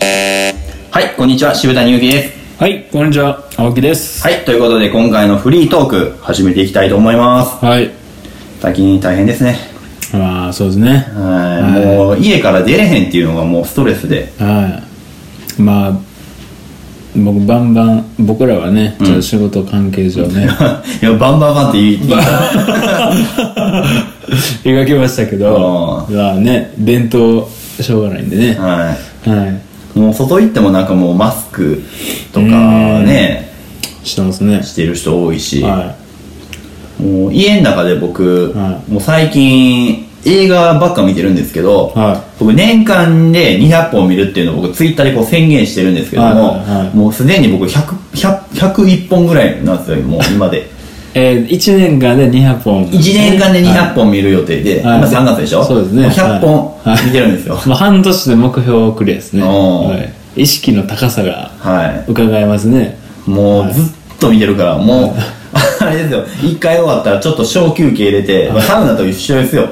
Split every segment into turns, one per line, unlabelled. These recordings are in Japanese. はい、こんにちは、渋谷祐樹です。
はい、こんにちは、青木です。
はい、ということで今回のフリートーク、始めていきたいと思います。
はい。
最近大変ですね。
まあ、そうですね。
はい、もう家から出れへんっていうのがもうストレスで。
はい。まあ、僕、バンバン、僕らはね、ちょっと仕事関係上ね、
いや、バンバンバンって言い、言い
描きましたけど
あ、
まあね、伝統、しょうがないんでね。
は。
はい
もう外行ってもなんかもうマスクとかね、
い。してますね。
してる人多いし、
は
もう家の中で僕、
は
もう最近映画ばっか見てるんですけど、
は
僕年間で200本見るっていうのを僕ツイッターでこう宣言してるんですけども、
はいはいはい
もうすでに僕100 100 101本ぐらいなんですよ、もう今 で。
い。えー、1年間で200本。
1年間で200本見る予定で、
はい
今3月でしょ
そうですね
も100本
はい
見てるんですよ。は
まあ、半年で目標をクリアですね。
おー
はい意識の高さが
い。
伺えますね。
もうずっと見てるから、もう、 あれですよ、1回終わったらちょっと小休憩入れて、まあサウナと一緒 ですよ。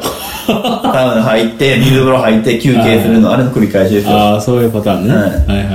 サウナ入って、水風呂入って休憩するの、あれの繰り返しですよ。
ああ、そういうパターンね。
は
はいいはい。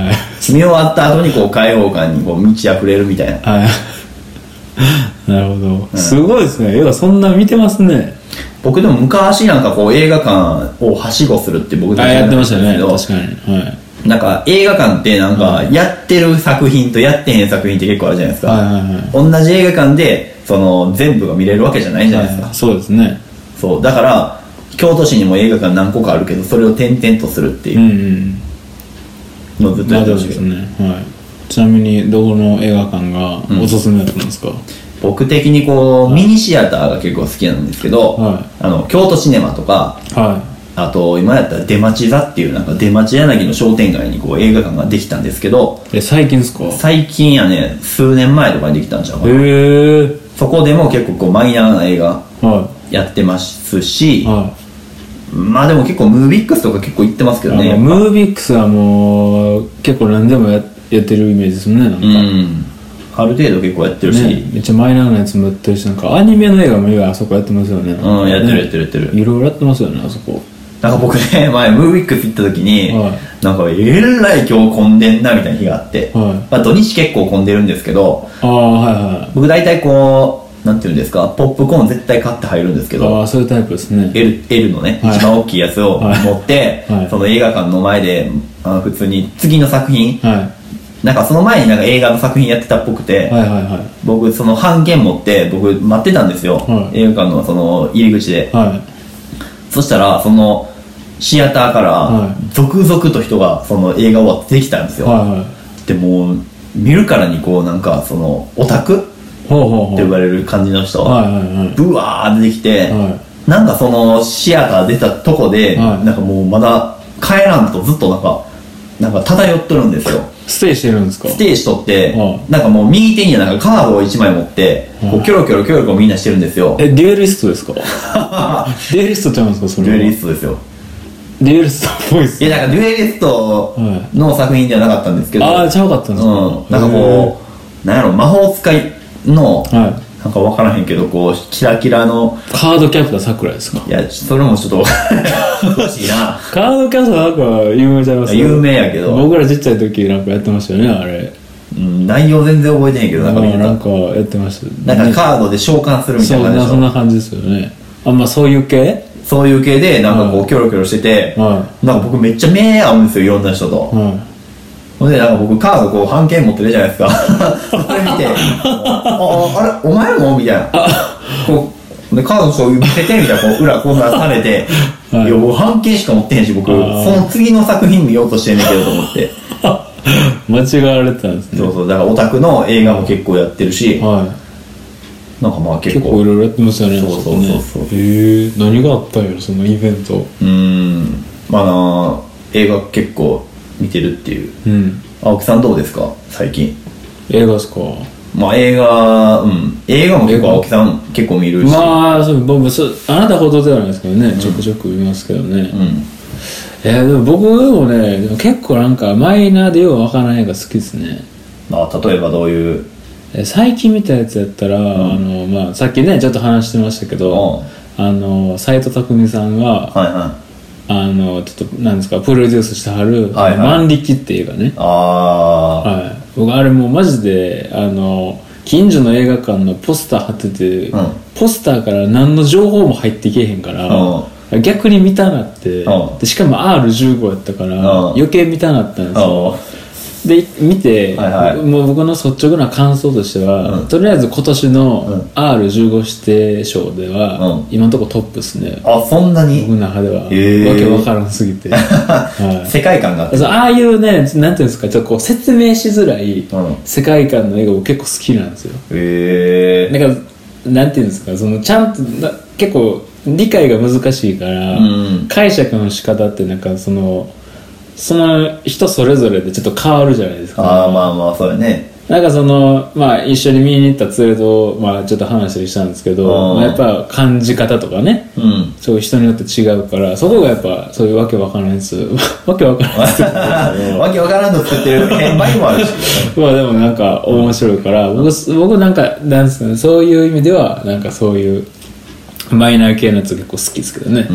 見終わった後にこう開放感にこう満ち溢れるみたいな。
はい。なるほど。すごいですね。要はそんな見てますね。
僕でも昔なんかこう映画館をはしごするって僕
あやってましたね。
けど
確かに。はい。
なんか映画館ってなんかやってる作品とやってへん作品って結構あるじゃないですか、
はいはいはい
同じ映画館でその全部が見れるわけじゃないじゃないですか、
はいそうですね。
そうだから京都市にも映画館何個かあるけどそれを転々とするって
う
い
ん
う
うん。
のをずっとや
な
って
る
ました
ほどで
け
す
ど、
ね。はい。ちなみに、どこの映画館がおすすめだったんですか、
僕的にこうミニシアターが結構好きなんですけど、
は
あの京都シネマとか
は
あと今やったら出町座っていうなんか出町柳の商店街にこう映画館ができたんですけど、
い。え、最近ですかへ
最近やね数年前とかにできたんちゃうかな
えー。
そこでも結構こうマイナーな映画
は
やってますし
い。は
まあでも結構ムービックスとか結構行ってますけ
い。
どね
あのムービックスはもう、結構何でもややってるイメージですもんね。なんか。
うんある程度結構やってるし、
ね、めっちゃマイナーなやつもやってるしなんかアニメの映画も今あそこやってますよね
うんやってるやってるやってる
いろいろやってますよねあそこ
なんか僕ね 前ムービックス行った時に、
は
なんかえらい今日混んでんなみたいな日があって、
は
まあ、土日結構混んでるんですけど
ああはいはい
僕大体こうなんていうんですかポップコーン絶対買って入るんですけど
ああそういうタイプですね
L, L のね、
はい
一番大きいやつを
はい
持って、
はい
その映画館の前であの普通に次の作品、
は
なんかその前になんか映画の作品やってたっぽくて、
いはいはいは
僕その半券持って僕待ってたんですよ、
はい
映画館のその入り口で
いは
そしたらそのシアターか
は
ら続々と人がその映画終わってきたんです
い
よ、
はいはい
でもう見るからにこうなんかそのオタクっ
ほうほうほう
て呼ばれる感じの人、
はいはいはい
ブワー出てきて、
は
なんかそのシアター出たとこで、
はい
なんかもうまだ帰らんとずっとなんかなんか漂っとるんですよ
ステイしてるんですか
ステージ取って、
はい
なんかもう右手にはなんかカードを1枚持って、こうキョロキョロキョロキョロみんなしてるんですよ
えデュエリスト ですかデュエリストちゃうんですかそ
デ
れ
ュ
は
エリストですよ
デュエリストっぽいっす
いやなんかデュエリストの作品ではなかったんですけど、
ああちゃうかったんですか、
うん、なんかこうなんやろ魔法使いの、
へーはい
なんか分からへんけどこうキラキラの
カードキャプターさくらですか
いやそれもちょっと分からない難しいな
カードキャプターなんか有名ちゃいます
有名やけど
僕らちっちゃい時なんかやってましたよねあれ
うん内容全然覚えてへんけど、なんか見て
なんかやってました
た。なんかカードで召喚するみた
そ
いうな感じ
な
でし
そん
ょ。
な感じですよねあんまあそういう系
そういう系で、なんかこう、キョロキョロしてて、
は
なんか僕めっちゃ目合うんですよ、いろんな人と。
は
ほんで、なんか僕カードこう、半券持ってるじゃないです か。それ見て、あ、ああれ、お前もみたいな。こう、でカードこう見せて、みたいな、こう、裏こんなされて、
は
い
い
や、僕半券しか持ってへんし、僕、そ
あー
の次の作品見ようとしてんねんけどと思 って。
い間違われてたんですね
そうそう、だからオタクの映画も結構やってるし、
はい
なんかまあ結
結
構、
構いろいろやってましたね
そうそうそうそう
こねへえ何があったんやろそのイベント
うーんまあな映画結構見てるっていう
うん
青木さんどうですか最近
映画ですか
まあ映画うん映画も結構青木さん結構見るし、
まあそう僕そうあなたほどではないですけどねちょくちょく見ますけどね
うん
えーでも僕もねでも結構なんかマイナーでようわからない映画好きですね
まあ例えばどういう
え最近見たやつやったら、あのまあ、さっきねちょっと話してましたけど、
うん
あの斎藤工さんが
はいは
「あのちょっとなんですかプロデュースしてはる「
はいはい
万力」っていう映画ね、
あ
はい、僕あれもうマジであの近所の映画館のポスター貼ってて、
うん
ポスターから何の情報も入ってけへんから、逆に見たなって、
うん
でしかも R15 やったから、
ん
余計見たなったん
ー
ですよ、
あ
で見て、
はいはい
もう僕の率直な感想としては、とりあえず今年
う
の
ん
R15 指定賞では、
うん
今のところトップですね、
ーあそんな
僕
に
の中では、
へー
わけわからんすぎて、 はい
世界観があって
そうああいうねなんていうんですかちょっとこう説明しづら
う
い
ん
世界観の映画僕結構好きなんですよ
へえ
だからなんていうんですかそのちゃんとな結構理解が難しいから、
うん
解釈の仕方ってなんかそのその人それぞれでちょっと変わるじゃないですか
ああまあまあそうやね
なんかそのまあ一緒に見に行った連れと、まあ、ちょっと話をしたんですけど、
うん
まあやっぱ感じ方とかね
うん
そういう人によって違うからそこがやっぱそういうわけわからないやつ わけわからないやつ って言うんですけど
わけわからんと作ってる転売もあ るし
まあでもなんか面白いから僕僕なんかなんですかねそういう意味ではなんかそういうマイナー系のやつ結構好きですけどね
うー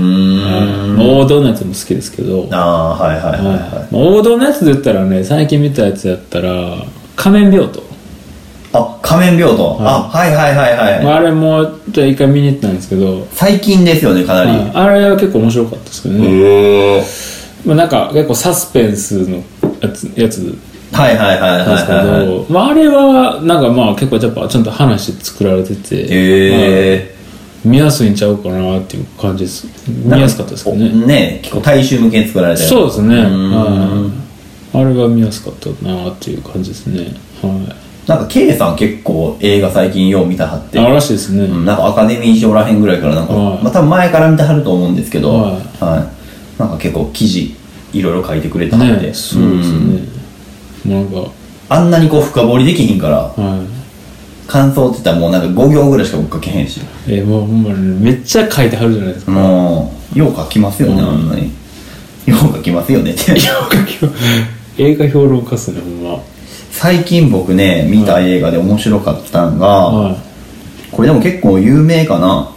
ん
王道のやつも好きですけど、はい
ああーはいはいはいはい
まあ王道のやつで言ったらね最近見たやつやったら「仮面病棟」
あ仮面病棟、あはいはいはいはい、
まあ、あれもちょっと一回見に行ったんですけど、
最近ですよねかなり、
まあ、あれは結構面白かったですけどね、
へえ
まあ、なんか結構サスペンスのやつやつ
はいはいはいはい
なんですけ
はいはい
ど、まあ、あれはなんかまあ結構やっぱちゃんと話作られてて、
へ
まあ
え
見やすいんちゃうかなっていう感じです見やすかったですかね
ね結構大衆向けに作られたよ
そうですね
ん
はいあれは見やすかったなっていう感じですねは
なんか K さん結構映画最近よう見たはっ
い
て
あらしいですね、
うんなんかアカデミー賞らへんぐらいからなんか、
はい
まあ多分前から見てはると思うんですけど、
はい
はいなんか結構記事いろいろ書いてくれたはって、
ねそうです
うん
ね、もうなんか
あんなにこう深掘りできひんから
はい
感想って言ったらもうなんか5行ぐらいしか僕書けへんし
えーもうほんまにめっちゃ書いてはるじゃないですか、
もうよう書きますよね、
うん
あんなによう書きますよねって
映画評論家っすねほんま
最近僕ね見た映画で面白かったんが、
は
これでも結構有名かな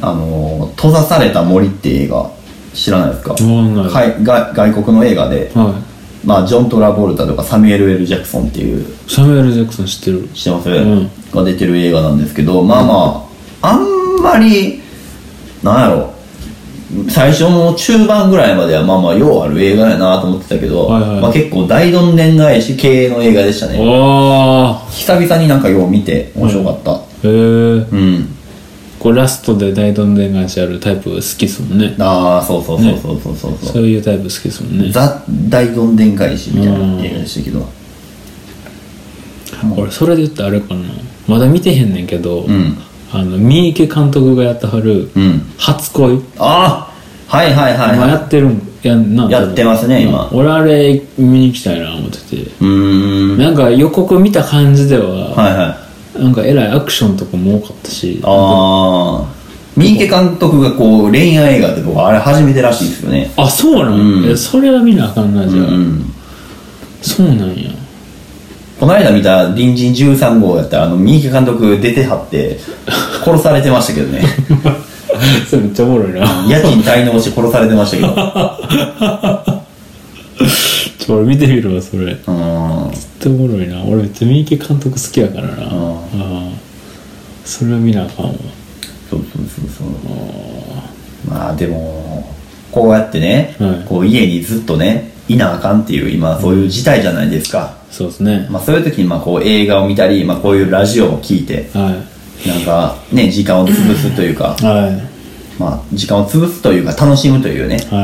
あの「閉ざされた森」って映画知らないですか
知らない
はい外外国の映画で
い、は
まあ、ジョン・トラボルタとかサミュエル・ L ・ジャクソンっていう
い、サミュエル・ジャクソン知ってる
知ってます、
ん
が出てる映画なんですけどまあまああんまりなんやろ最初の中盤ぐらいまではまあまあようある映画やなと思ってたけど、
はいはい
まあ、結構大どんでん返し系の映画でしたね
おー
久々になんかよう見て面白かった
えー、
うん
これラストで大どんでん返しあるタイプ好きっすもんね
ああそうそうそうそうそうそうそう、
そういうタイプ好きですもんね
ザ大どんでん返しみたいな映画でしたけど
俺それで言ったらあれかなまだ見てへんねんけど、
ん
あの三池監督がやってはる
うん
「初恋」
ああはいはいはい
今
はい
やってるんやんな
やってますね今
俺あれ見に行きたいな思ってて、
うーん
なんか予告見た感じでは、
はいはい
なんかえらいアクションとかも多かったし
ああ三池監督がこう恋愛映画って僕あれ初めてらしいですよね
あそうなん、
うん
えそれは見なあかんなじゃあ、
うん
そうなんや
この間見た「隣人13号」やったらあの三池監督出てはって殺されてましたけ どね
それめっちゃおもろいな
家賃滞納して殺されてましたけどう
ち ょ俺見てみるわそれめっ
ーん
ちゃおもろいな俺めっちゃ三池監督好きやからな
あ
あーそれは見なあかんわ
そうそうそうそうまあでもこうやってね、
はい
こう家にずっとねいなあかんっていう今そういう事態じゃないですか、
そうですね
まあ、そういう時にまあこう映画を見たり、まあ、こういうラジオを聞いて
は
なんかね時間を潰すという か
いは
まあ時間を潰すというか楽しむというね
いは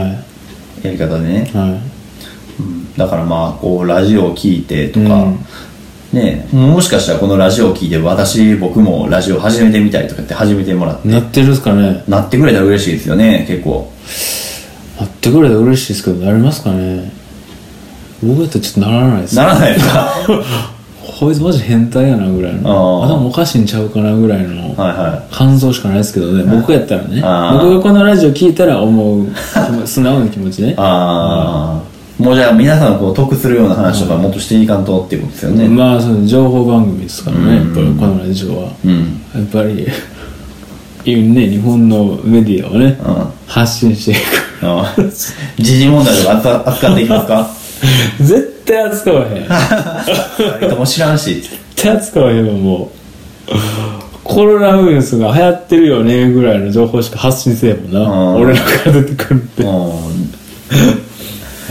やり方でね
い、は
うんだからまあこうラジオを聞いてとか、
うん
ねもしかしたらこのラジオを聞いて私僕もラジオ始めてみたりとかって始めてもらって
いなってるっすかね
なってくれたら嬉しいですよね結構
なってくれたら嬉しいですけどなりますかね僕やったらちょっとならないです
ならないですか
こいつマジ変態やなぐらいの
あー
あでもおかしいんちゃうかなぐらいの
はいは
感想しかないですけどね僕やったらね
あー
僕がこのラジオ聞いたら思う気も素直な気持ちね
ああもうじゃあ皆さんをこう得するような話とかもっとしていかんとっていうことですよねうん、
まあその情報番組ですからねやっぱりこのラジオはやっぱりいうね日本のメディアをね、
うん
発信してい
あの 時事問題とか扱扱っていきますか
く 絶対扱わへ ん
二人とも知 らんし
絶対扱わへんわもうコロナウイルスが流行ってるよねぐらいの情報しか発信せえへんもんな
うん
俺らから出てくるって
う
は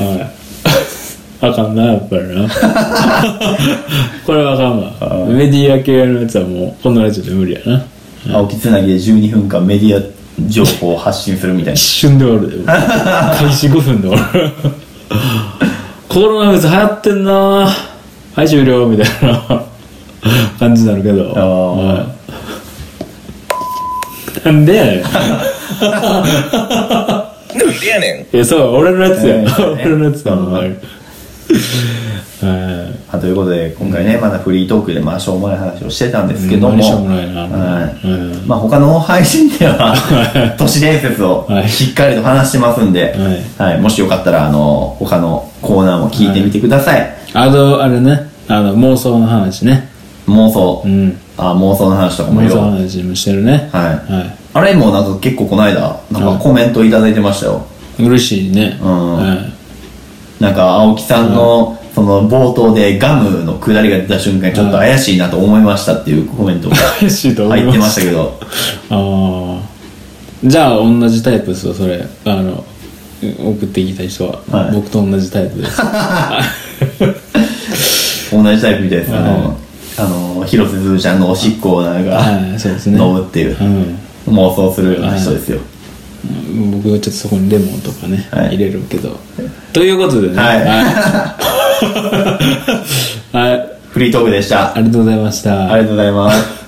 い
ん
あかんなやっぱり なこれはあかんわメディア系のやつはもうこのラジオで無理やな
青木つなぎで12分間メディア情報を発信するみたい
一瞬で終わるで もう開始5分で終わるコロナウイルス流行ってんなはい終了みたいな感じになるけど
あー
はいなんでやねん
やね
いやそう俺のやつや、
えー
俺のやつだもん、
うん
はいはい
なということで今回ねまだフリートークでまあしょうもない話をしてたんですけど
ほんま
も
にしょうもないな
はい
うん
まあ他の配信で は都市伝説を
はい
しっかりと話してますんで、
は
はいもしよかったらあの他のコーナーも聞いてみてください、
あとあれねあの妄想の話ね
妄想、
うん
あ妄想の話とかも
妄
いろい
想の
ろ
話もしてるね
はい
は
あれもなんか結構この間なんかコメントいただいてましたよ、
い嬉しいね
うん
はい
なんか青木さんの、その冒頭でガムの下りが出た瞬間にちょっと怪しいなと思いましたっていうコメントが
嬉しいと思い
入って
ます
ましたけ ど
ああじゃあ同じタイプですよそれあの送ってきた人は、
はい
僕と同じタイプです
同じタイプみたいです、あのあの広瀬すずちゃんのおしっこをなんか、
はいそうですね
飲むっていう、
うん
妄想するような人ですよ、
僕はちょっとそこにレモンとかね、
はい
入れるけどということでね
はい
はいはい
フリートークでした
ありがとうございました
ありがとうございます